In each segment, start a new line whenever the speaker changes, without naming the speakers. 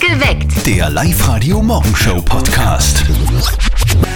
Geweckt.
Der Live-Radio-Morgenshow-Podcast.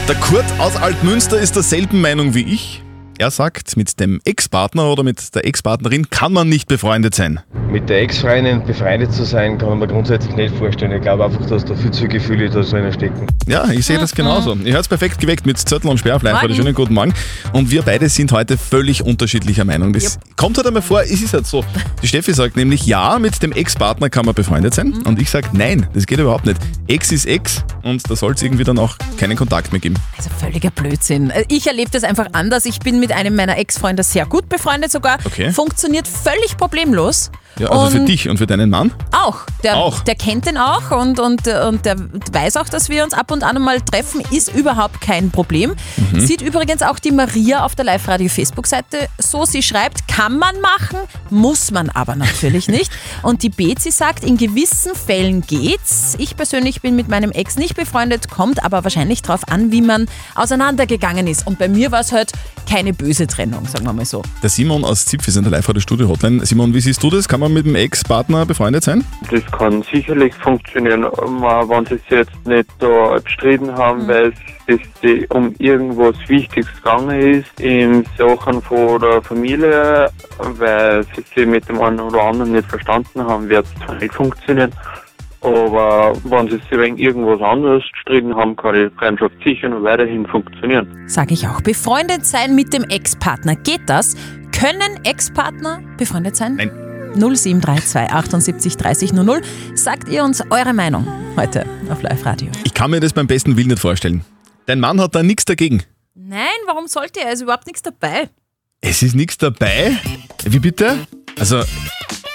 Der Kurt aus Altmünster ist derselben Meinung wie ich. Er sagt, mit dem Ex-Partner oder mit der Ex-Partnerin kann man nicht befreundet sein.
Mit der Ex-Freundin befreundet zu sein, kann ich mir grundsätzlich nicht vorstellen. Ich glaube einfach, dass da viel zu Gefühle da drinnen stecken.
Ja, ich sehe das genauso. Ihr hört es perfekt geweckt mit Zettel und Sperrflein. Heute schönen guten Morgen. Und wir beide sind heute völlig unterschiedlicher Meinung. Das kommt halt einmal vor, es ist halt so. Die Steffi sagt nämlich, ja, mit dem Ex-Partner kann man befreundet sein. Und ich sage, nein, das geht überhaupt nicht. Ex ist Ex und da soll es irgendwie dann auch keinen Kontakt mehr geben.
Also völliger Blödsinn. Äh, Ich erlebe das einfach anders. Ich bin mit einem meiner Ex-Freunde sehr gut befreundet sogar.
Okay.
Funktioniert völlig problemlos.
Ja, also für
Und
dich und für deinen Mann.
Auch. Der,
Auch.
der kennt den auch und, und, und der weiß auch, dass wir uns ab und an mal treffen. Ist überhaupt kein Problem. Sieht übrigens auch die Maria auf der Live-Radio-Facebook-Seite so. Sie schreibt, kann man machen, muss man aber natürlich nicht. Und die Betsy sagt, in gewissen Fällen geht's. Ich persönlich bin mit meinem Ex nicht befreundet, kommt aber wahrscheinlich drauf an, wie man auseinandergegangen ist. Und bei mir war es halt keine böse Trennung, sagen wir mal so.
Der Simon aus Zipf ist in der Live-Radio-Studio-Hotline. Simon, wie siehst du das? Kann man mit dem Ex-Partner befreundet sein?
Das kann sicherlich funktionieren, aber wenn sie es jetzt nicht da bestritten haben, weil es dass die um irgendwas Wichtiges gegangen ist in Sachen von der Familie, weil sie sich mit dem einen oder anderen nicht verstanden haben, wird es zwar nicht funktionieren. Aber wenn sie sich wegen irgendwas anderes gestritten haben, kann die Freundschaft sicher noch weiterhin funktionieren.
Sage ich auch. Befreundet sein mit dem Ex-Partner. Geht das? Können Ex-Partner befreundet sein?
Nein.
0732 78 30 00. Sagt ihr uns eure Meinung heute auf Live Radio.
Ich kann mir das beim besten Willen nicht vorstellen. Dein Mann hat da nichts dagegen.
Nein, warum sollte er? Er ist überhaupt nichts dabei.
Es ist nichts dabei? Wie bitte? Also,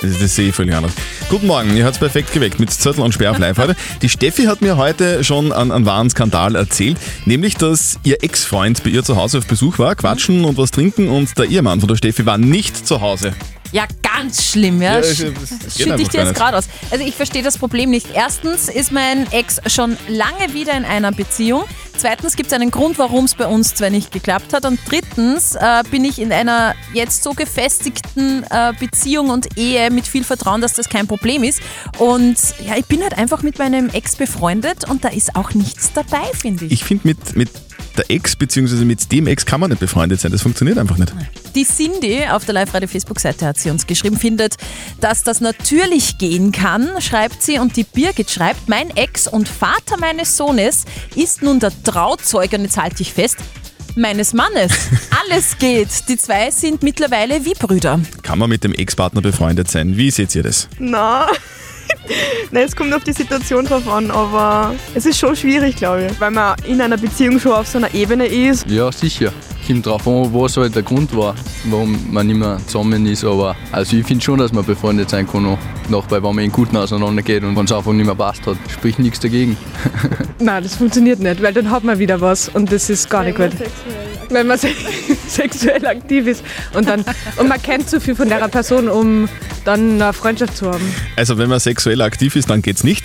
das, das sehe ich völlig anders. Guten Morgen, ihr habt's perfekt geweckt mit Zettel und Sperr auf live heute. Die Steffi hat mir heute schon einen, einen wahren Skandal erzählt, nämlich, dass ihr Ex-Freund bei ihr zu Hause auf Besuch war, quatschen und was trinken und der Ehemann von der Steffi war nicht zu Hause.
Ja, ganz schlimm, ja.
Ja,
Sch-
das- das geht
Schütte ich
einfach
dir
gar
jetzt
nicht.
gerade aus. Also ich verstehe das Problem nicht. Erstens ist mein Ex schon lange wieder in einer Beziehung. Zweitens gibt es einen Grund, warum es bei uns zwar nicht geklappt hat. Und drittens äh, bin ich in einer jetzt so gefestigten äh, Beziehung und Ehe mit viel Vertrauen, dass das kein Problem ist. Und ja, ich bin halt einfach mit meinem Ex befreundet und da ist auch nichts dabei, finde ich.
Ich finde, mit, mit der Ex bzw. mit dem Ex kann man nicht befreundet sein. Das funktioniert einfach nicht.
Die Cindy auf der Live-Radio-Facebook-Seite hat sie uns geschrieben, findet, dass das natürlich gehen kann, schreibt sie. Und die Birgit schreibt, mein Ex und Vater meines Sohnes ist nun der Trauzeuge, und jetzt halte ich fest, meines Mannes. Alles geht. Die zwei sind mittlerweile wie Brüder.
Kann man mit dem Ex-Partner befreundet sein? Wie seht ihr das?
Na, Nein, es kommt auf die Situation drauf an, aber es ist schon schwierig, glaube ich, weil man in einer Beziehung schon auf so einer Ebene ist.
Ja, sicher. Kommt drauf an, was halt der Grund war, warum man nicht mehr zusammen ist. Aber also ich finde schon, dass man befreundet sein kann, auch noch bei, wenn man in Guten auseinandergeht und wenn es einfach nicht mehr passt hat. Spricht nichts dagegen.
Nein, das funktioniert nicht, weil dann hat man wieder was und das ist gar nicht gut. Wenn man se sexuell aktiv ist und dann und man kennt zu viel von der Person, um dann eine Freundschaft zu haben.
Also, wenn man sexuell aktiv ist, dann geht's nicht.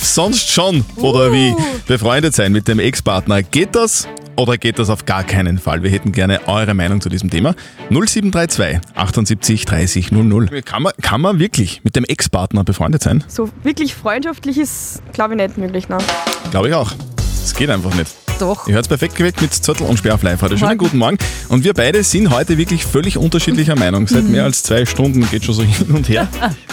Sonst schon, oder wie? Befreundet sein mit dem Ex-Partner, geht das oder geht das auf gar keinen Fall? Wir hätten gerne eure Meinung zu diesem Thema. 0732 78 30 00. Kann man, kann man wirklich mit dem Ex-Partner befreundet sein?
So wirklich freundschaftlich ist, glaube ich, nicht möglich. Nein.
Glaube ich auch. Es geht einfach nicht.
Doch.
Ihr hört's perfekt geweckt mit Zürtel und Sperr auf live heute. Schönen guten Morgen. Und wir beide sind heute wirklich völlig unterschiedlicher Meinung. Seit
Mhm.
mehr als zwei Stunden geht schon so hin und her.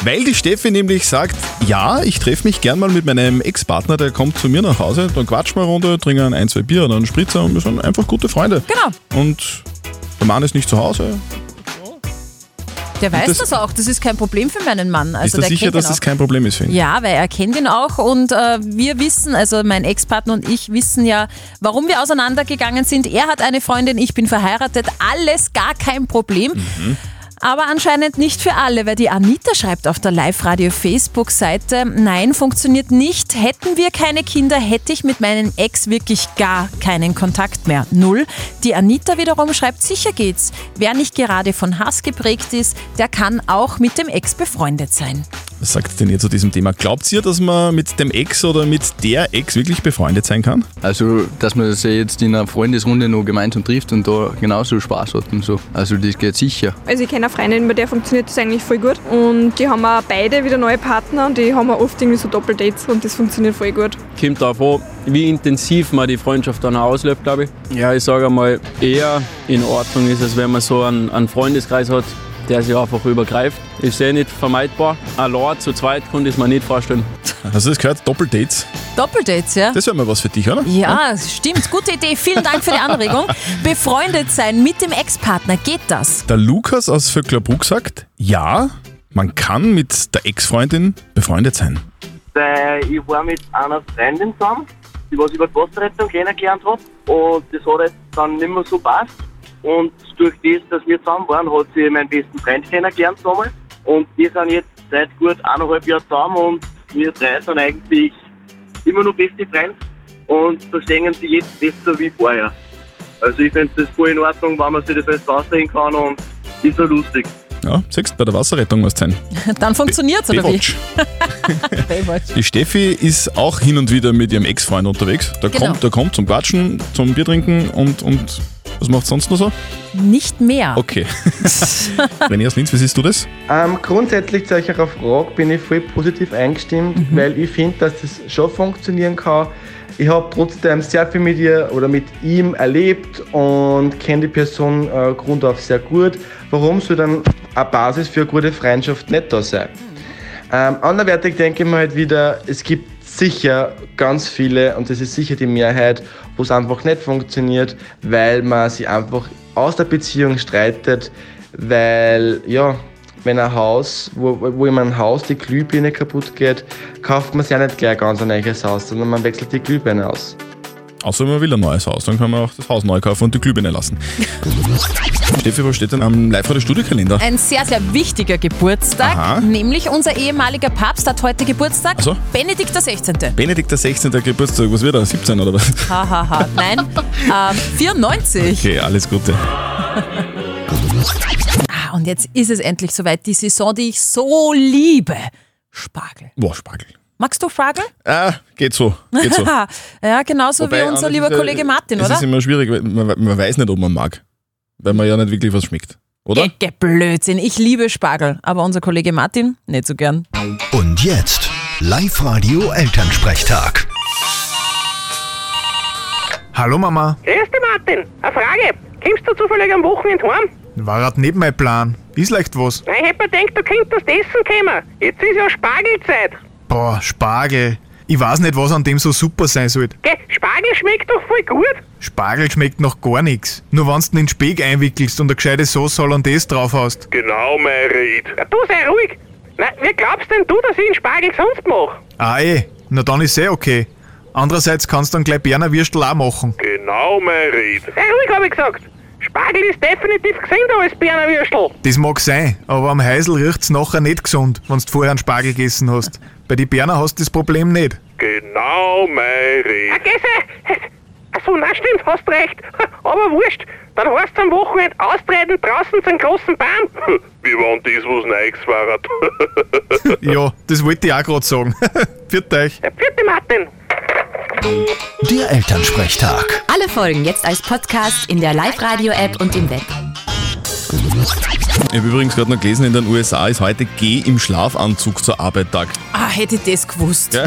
Weil die Steffi nämlich sagt, ja, ich treffe mich gern mal mit meinem Ex-Partner, der kommt zu mir nach Hause, dann quatschen wir eine Runde, trinken ein, zwei Bier oder einen Spritzer und wir sind einfach gute Freunde.
Genau. Also
Und der Mann ist nicht zu Hause.
Der weiß
das-
das, auch. Das ist kein Problem für meinen Mann. Also
ist
der
er sicher,
kennt ihn
dass
auch.
das kein Problem ist für ihn?
Ja, weil er kennt ihn auch und äh, wir wissen, also mein Ex-Partner und ich wissen ja, warum wir auseinandergegangen sind. Er hat eine Freundin, ich bin verheiratet, alles gar kein Problem. Aber anscheinend nicht für alle, weil die Anita schreibt auf der Live-Radio-Facebook-Seite, nein, funktioniert nicht. Hätten wir keine Kinder, hätte ich mit meinem Ex wirklich gar keinen Kontakt mehr. Null. Die Anita wiederum schreibt, sicher geht's. Wer nicht gerade von Hass geprägt ist, der kann auch mit dem Ex befreundet sein.
Was sagt denn ihr zu diesem Thema? Glaubt ihr, dass man mit dem Ex oder mit der Ex wirklich befreundet sein kann?
Also, dass man sich jetzt in einer Freundesrunde noch gemeinsam trifft und da genauso Spaß hat und so. Also, das geht sicher.
Also ich kenne eine Freundin, bei der funktioniert das eigentlich voll gut. Und die haben auch beide wieder neue Partner und die haben auch oft irgendwie so Doppeldates und das funktioniert voll gut.
kommt darauf an, wie intensiv man die Freundschaft dann auch auslebt, glaube ich. Ja, ich sage einmal, eher in Ordnung ist es, wenn man so einen, einen Freundeskreis hat, der sich einfach übergreift. Ist eh nicht vermeidbar. Allein zu zweit konnte ich es mir nicht vorstellen.
Hast du Also das gehört? Doppeldates?
Doppeldates, ja?
Das wäre mal was für dich, oder?
Ja, stimmt. Gute Idee. Vielen Dank für die Anregung. Befreundet sein mit dem Ex-Partner, geht das?
Der Lukas aus Vöcklerbruck sagt, ja, man kann mit der Ex-Freundin befreundet sein.
weil ich war mit einer Freundin zusammen, die was über die Wasserrettung kennengelernt hat und das hat jetzt dann nicht mehr so passt. Und durch das, dass wir zusammen waren, hat sie meinen besten Freund kennengelernt damals und wir sind jetzt seit gut eineinhalb Jahren zusammen und wir drei sind eigentlich immer noch beste Freunde und verstehen sich jetzt besser wie vorher. Also ich finde das voll in Ordnung, wenn man sich das alles ausdrehen kann und ist so lustig.
Ja, siehst bei der Wasserrettung was sein.
Dann funktioniert's, oder wie?
Baywatch.
Baywatch.
Die Steffi ist auch hin und wieder mit ihrem Ex-Freund unterwegs. Der,
Genau.
kommt, der kommt zum Quatschen, zum Bier trinken und, und was macht sonst noch so?
Nicht mehr.
Okay. René aus Linz, wie siehst du das?
Ähm, grundsätzlich zu eurer Frage bin ich voll positiv eingestimmt, weil ich finde, dass das schon funktionieren kann. Ich habe trotzdem sehr viel mit ihr oder mit ihm erlebt und kenne die Person äh, grundauf sehr gut. Warum soll dann eine Basis für eine gute Freundschaft nicht da sein? Ähm, anderweitig denke ich mir halt wieder, es gibt sicher ganz viele, und das ist sicher die Mehrheit, wo es einfach nicht funktioniert, weil man sich einfach aus der Beziehung streitet, weil, ja, wenn ein Haus, wo, wo in einem Haus die Glühbirne kaputt geht, kauft man sich ja nicht gleich ganz ein neues Haus, sondern man wechselt die Glühbirne aus.
Außer man will ein neues Haus, dann kann man auch das Haus neu kaufen und die Glühbirne lassen. Steffi, was steht denn am live oder studiokalender
Ein sehr, sehr wichtiger Geburtstag,
Aha.
nämlich unser ehemaliger Papst hat heute Geburtstag,
Ach so.
Benedikt XVI.
Benedikt der 16. Geburtstag, was wird er? 17 oder was?
Hahaha, nein, ähm, 94.
Okay, alles Gute.
Ah, und jetzt ist es endlich soweit, die Saison, die ich so liebe. Spargel.
Boah, Spargel.
Magst du Spargel? Ah,
Ah, geht so, geht so.
ja, genauso
Wobei,
wie
Anna,
unser lieber
das ist ja-
Kollege Martin,
es
oder?
ist immer schwierig, weil man, man weiß nicht, ob man mag. Weil man ja nicht wirklich was schmeckt. Oder?
Gecke Äh, Blödsinn, ich liebe Spargel, aber unser Kollege Martin nicht so gern.
Und jetzt Live-Radio Elternsprechtag.
Hallo Mama,
Grüß dich, Martin. Eine Frage. Kommst du zufällig am Wochenende heim?
war grad nicht mein Plan. Ist leicht was.
Nein, ich hätte mir gedacht, du könntest essen kommen. Jetzt ist ja Spargelzeit.
Boah, Spargel. Ich weiß nicht, was an dem so super sein soll.
Geh, Spargel schmeckt doch voll gut.
Spargel schmeckt noch gar nichts. Nur wenn's den in Speck einwickelst und eine gescheite Sauce Hollandaise drauf hast.
Genau, mein Ried. Ja, du sei ruhig. Nein, wie glaubst denn du, dass ich einen Spargel sonst mache?
Ah eh, na dann ist eh okay. Andererseits kannst du dann gleich Berner Würstel auch machen.
Genau, mein Ried. Sei ruhig, habe ich gesagt. Spargel ist definitiv gesünder als Bernerwürstel.
Das mag sein, aber am Heisel riecht's nachher nicht gesund, wenn du vorher einen Spargel gegessen hast. Bei die Berner hast du das Problem nicht.
Genau, mein Ried. Vergesse! Achso, na stimmt, hast recht. Aber wurscht, dann heißt es am Wochenende austreten draußen zum großen Baum. Wie wenn das was Neues war.
Ja, das wollte ich auch gerade sagen. Für euch.
Der vierte Martin.
Der Elternsprechtag.
Alle Folgen jetzt als Podcast in der Live-Radio-App und im Web.
Ich habe übrigens gerade noch gelesen, in den USA ist heute Geh im Schlafanzug zur Arbeit Tag.
Ah, hätte ich das gewusst.
Ja.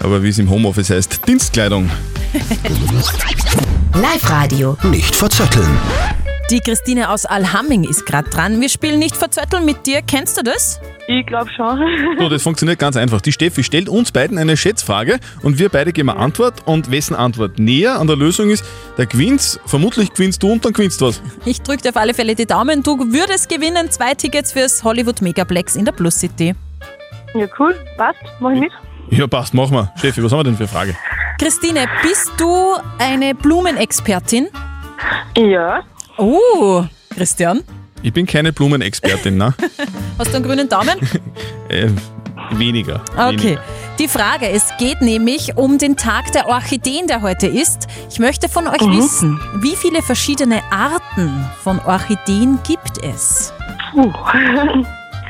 Aber wie es im Homeoffice heißt, Dienstkleidung.
Live-Radio.
Nicht verzetteln.
Die Christine aus Alhamming ist gerade dran. Wir spielen nicht verzötteln mit dir. Kennst du das?
Ich glaube schon.
So, das funktioniert ganz einfach. Die Steffi stellt uns beiden eine Schätzfrage und wir beide geben eine Antwort und wessen Antwort näher an der Lösung ist, der gewinnt. Vermutlich gewinnst du und dann gewinnst du was.
Ich drücke dir auf alle Fälle die Daumen. Du würdest gewinnen zwei Tickets fürs Hollywood Megaplex in der Plus City.
Ja, cool. Passt. Mach ich mit.
Ja, passt, machen wir. Steffi, was haben wir denn für eine Frage?
Christine, bist du eine Blumenexpertin?
Ja.
Oh, Christian,
Ich bin keine Blumenexpertin, ne?
hast du einen grünen Daumen?
Äh, weniger.
Ah, Okay.
Weniger.
Die Frage, es geht nämlich um den Tag der Orchideen, der heute ist. Ich möchte von euch
Mhm.
wissen, wie viele verschiedene Arten von Orchideen gibt es?
Puh.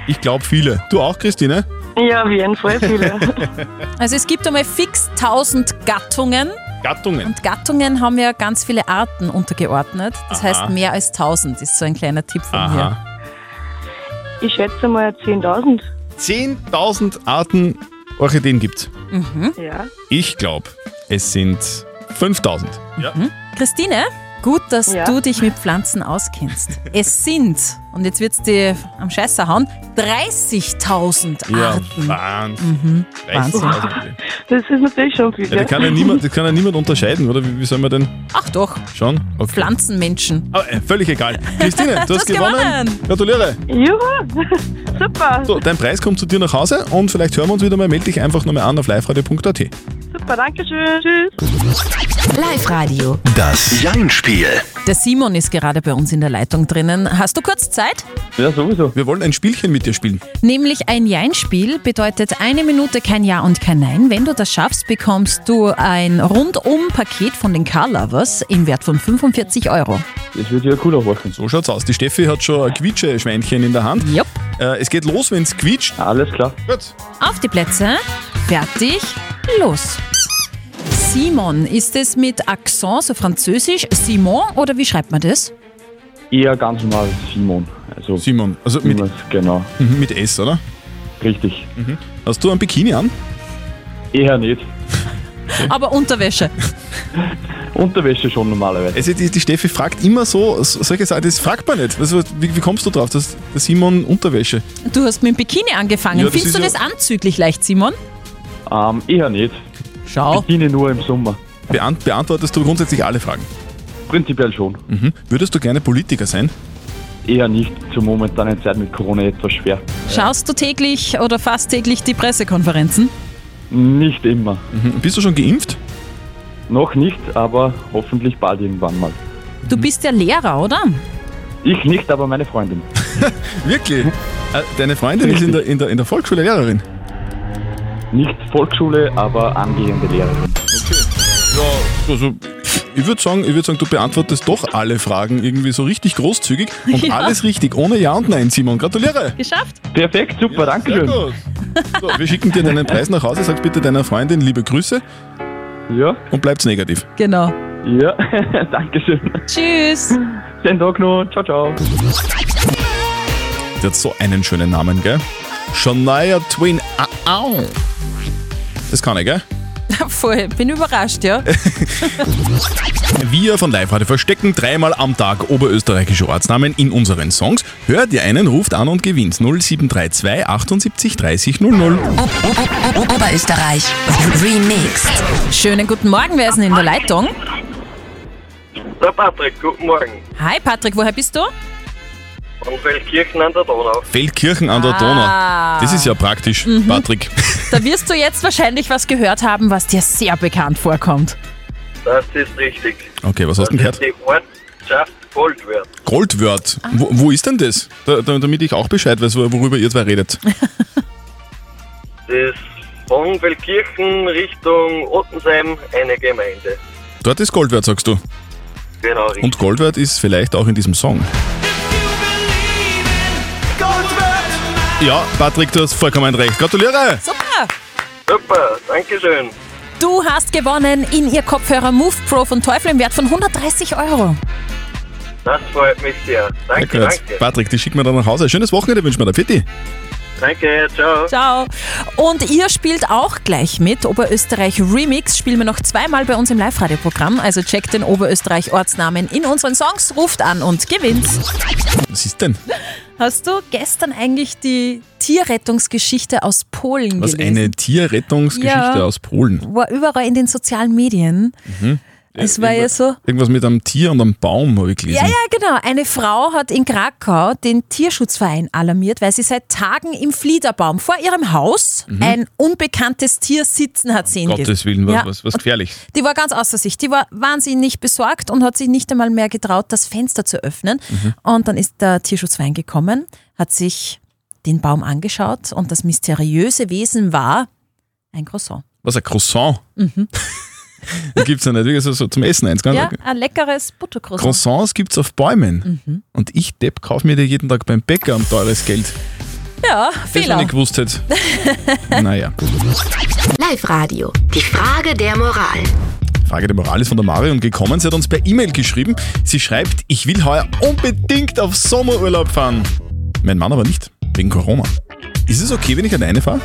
Ich glaube viele. Du auch, Christine?
Ja, auf jeden Fall viele. also es gibt einmal fix 1000 Gattungen.
Gattungen.
Und Gattungen haben ja ganz viele Arten untergeordnet. Das
Aha.
heißt mehr als 1000 ist so ein kleiner Tipp von mir.
Ich schätze mal 10.000.
10.000 Arten Orchideen gibt's.
Mhm.
Ja.
Ich glaube, es sind 5.000.
Mhm. Christine, gut, dass du dich mit Pflanzen auskennst. es sind, und jetzt wird's dir am Scheißer hauen, 30.000
Ja,
Arten. Mhm.
Wahnsinn.
Wahnsinn.
30.000.
Das ist natürlich schon viel.
Ja, da kann ja niemand, das kann ja niemand unterscheiden, oder? Wie, wie soll man denn
Ach doch,
schon? Okay.
Pflanzenmenschen.
Aber, äh, völlig egal. Christine, du,
Du
hast
hast
gewonnen.
gewonnen.
Gratuliere.
Juhu, super,
So, dein Preis kommt zu dir nach Hause und vielleicht hören wir uns wieder mal. Meld dich einfach nochmal an auf liveradio.at.
super, danke schön. Tschüss.
Live Radio.
Das Jein-Spiel.
Der Simon ist gerade bei uns in der Leitung drinnen. Hast du kurz Zeit?
Ja, sowieso. Wir wollen ein Spielchen mit dir spielen.
Nämlich ein Jein-Spiel bedeutet eine Minute kein Ja und kein Nein. Wenn du das schaffst, bekommst du ein Rundum-Paket von den Car Lovers im Wert von 45 Euro.
Das wird ja cool aufwachen. So schaut's aus. Die Steffi hat schon ein Quietscheschweinchen in der Hand.
Yep.
Äh, es geht los, wenn's quietscht. Alles klar. Gut.
Auf die Plätze, fertig, los. Simon, ist es mit Akzent, so französisch? Simon oder wie schreibt man das?
Eher ganz normal Simon. Also
Simon, also Mhm,
mit, genau.
mit S, oder? Mhm.
Richtig.
Hast du ein Bikini an?
Eher nicht.
Aber Unterwäsche.
Unterwäsche schon normalerweise.
Also die, die Steffi fragt immer so, so- solche Sachen, das fragt man nicht. Also, wie, wie kommst du drauf, dass der Simon Unterwäsche?
Du hast mit dem Bikini angefangen.
Ja, das
Findest
ist
du
ja-
das anzüglich leicht, Simon?
Ähm, eher nicht.
Schau.
Bikini nur im Sommer.
Beant beantwortest du grundsätzlich alle Fragen?
Prinzipiell schon.
Mhm. Würdest du gerne Politiker sein?
Eher nicht. Zur momentanen Zeit mit Corona etwas schwer.
Schaust du täglich oder fast täglich die Pressekonferenzen?
Nicht immer.
Hm, Bist du schon geimpft?
Noch nicht, aber hoffentlich bald irgendwann mal. Mhm.
Du bist ja Lehrer, oder?
Ich nicht, aber meine Freundin.
Wirklich? Äh, Deine Freundin ist in der, in, der, in der Volksschule Lehrerin.
Nicht Volksschule, aber angehende Lehrerin.
Ja, also ich würde sagen, ich würd sagen, du beantwortest doch alle Fragen irgendwie so richtig großzügig und
Ja.
alles richtig, ohne Ja und Nein, Simon. Gratuliere!
Geschafft.
Perfekt, super, danke schön.
So, wir schicken dir deinen Preis nach Hause, sag bitte deiner Freundin liebe Grüße.
Ja.
Und bleib's negativ.
Genau.
Ja, danke schön.
Tschüss.
Schönen Tag noch. Ciao, ciao.
Der hat so einen schönen Namen, gell? Shania Twain. Ah, au. Das kann ich, gell?
Voll, bin überrascht, ja.
Wir von Live Radio verstecken dreimal am Tag oberösterreichische Ortsnamen in unseren Songs. Hört ihr einen, ruft an und gewinnt 0732 78 30 00.
Oberösterreich Remixed. Schönen guten Morgen, wer ist denn in der Leitung?
Der Patrick, guten Morgen.
Hi Patrick, woher bist du?
Von Feldkirchen an der Donau.
Feldkirchen an der
Ah.
Donau. Das ist ja praktisch, Patrick.
Da wirst du jetzt wahrscheinlich was gehört haben, was dir sehr bekannt vorkommt.
Das ist richtig.
Okay, was hast du denn
Das
gehört?
ist die Ortschaft Goldwert.
Goldwörth. Wo, wo ist denn das? Da, da, damit ich auch Bescheid weiß, wo- worüber ihr zwei redet.
Das von Feldkirchen Richtung Ottensheim eine Gemeinde.
Dort ist Goldwert, sagst du.
Genau, richtig.
Und Goldwert ist vielleicht auch in diesem Song. Ja, Patrick, du hast vollkommen recht. Gratuliere!
Super!
Super, danke schön.
Du hast gewonnen in ihr Kopfhörer Move Pro von Teufel im Wert von 130 Euro.
Das freut mich sehr. Danke,
Gut.
danke.
Patrick, die schicken wir dann nach Hause. Schönes Wochenende wünschen wir dir. Fitti.
Danke, ciao.
Ciao. Und ihr spielt auch gleich mit. Oberösterreich Remix spielen wir noch zweimal bei uns im Live-Radio-Programm. Also checkt den Oberösterreich Ortsnamen in unseren Songs, ruft an und gewinnt.
Was ist denn?
Hast du gestern eigentlich die Tierrettungsgeschichte aus Polen
Was
gelesen?
eine Tierrettungsgeschichte
Ja.
aus Polen.
War überall in den sozialen Medien.
Mhm.
Es war ja so.
Irgendwas mit einem Tier und einem Baum habe ich gelesen.
Ja, ja, genau. Eine Frau hat in Krakau den Tierschutzverein alarmiert, weil sie seit Tagen im Fliederbaum vor ihrem Haus
Mhm.
ein unbekanntes Tier sitzen hat sehen.
Um Gottes
ges-
Willen, was,
Ja.
was, was gefährliches.
Die war ganz außer sich. Die war wahnsinnig besorgt und hat sich nicht einmal mehr getraut, das Fenster zu öffnen.
Mhm.
Und dann ist der Tierschutzverein gekommen, hat sich den Baum angeschaut und das mysteriöse Wesen war ein Croissant.
Was, ein Croissant?
Mhm.
Gibt es ja nicht. Wirklich So, so zum Essen eins, gell?
Ja, ein leckeres Buttercroissant.
Croissants gibt es auf Bäumen.
Mhm.
Und ich, Depp, kaufe mir die jeden Tag beim Bäcker um teures Geld.
Ja,
Das, wenn
Fehler.
ich gewusst hätte. naja.
Live Radio. Die Frage der Moral.
Frage der Moral ist von der Marion gekommen. Sie hat uns per E-Mail geschrieben. Sie schreibt, ich will heuer unbedingt auf Sommerurlaub fahren. Mein Mann aber nicht, wegen Corona. Ist es okay, wenn ich alleine fahre?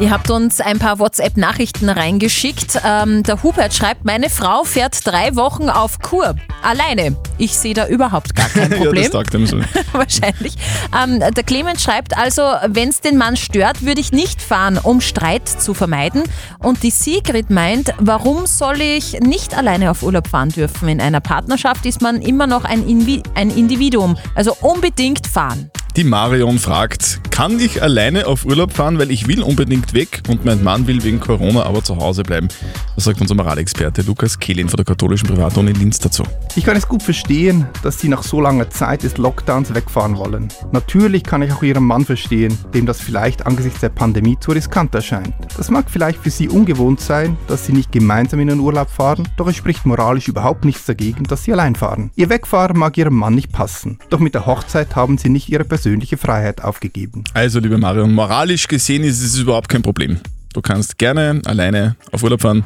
Ihr habt uns ein paar WhatsApp-Nachrichten reingeschickt. Ähm, der Hubert schreibt, meine Frau fährt drei Wochen auf Kur. Alleine. Ich sehe da überhaupt gar kein
ja, das
Problem.
taugt ihm so.
Wahrscheinlich. Ähm, der Clemens schreibt also, wenn es den Mann stört, würde ich nicht fahren, um Streit zu vermeiden. Und die Sigrid meint, warum soll ich nicht alleine auf Urlaub fahren dürfen? In einer Partnerschaft ist man immer noch ein, Invi ein Individuum. Also unbedingt fahren.
Die Marion fragt, kann ich alleine auf Urlaub fahren, weil ich will unbedingt weg und mein Mann will wegen Corona aber zu Hause bleiben? Was sagt unser Moralexperte Lukas Kehlin von der katholischen Privatuni Linz dazu?
Ich kann es gut verstehen, dass Sie nach so langer Zeit des Lockdowns wegfahren wollen. Natürlich kann ich auch Ihren Mann verstehen, dem das vielleicht angesichts der Pandemie zu riskant erscheint. Das mag vielleicht für Sie ungewohnt sein, dass Sie nicht gemeinsam in den Urlaub fahren, doch es spricht moralisch überhaupt nichts dagegen, dass Sie allein fahren. Ihr Wegfahren mag Ihrem Mann nicht passen, doch mit der Hochzeit haben Sie nicht Ihre persönliche Freiheit aufgegeben.
Also, liebe Marion, moralisch gesehen ist es überhaupt kein Problem. Du kannst gerne alleine auf Urlaub fahren,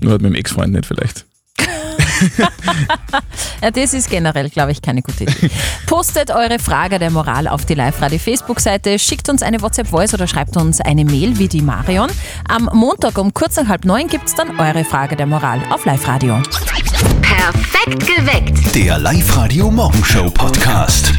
nur halt mit dem Ex-Freund nicht vielleicht.
Ja, das ist generell, glaube ich, keine gute Idee. Postet eure Frage der Moral auf die Live-Radio-Facebook-Seite, schickt uns eine WhatsApp-Voice oder schreibt uns eine Mail wie die Marion. Am Montag um kurz nach halb neun gibt es dann eure Frage der Moral auf Live-Radio.
Perfekt geweckt.
Der Live-Radio Morgenshow Podcast.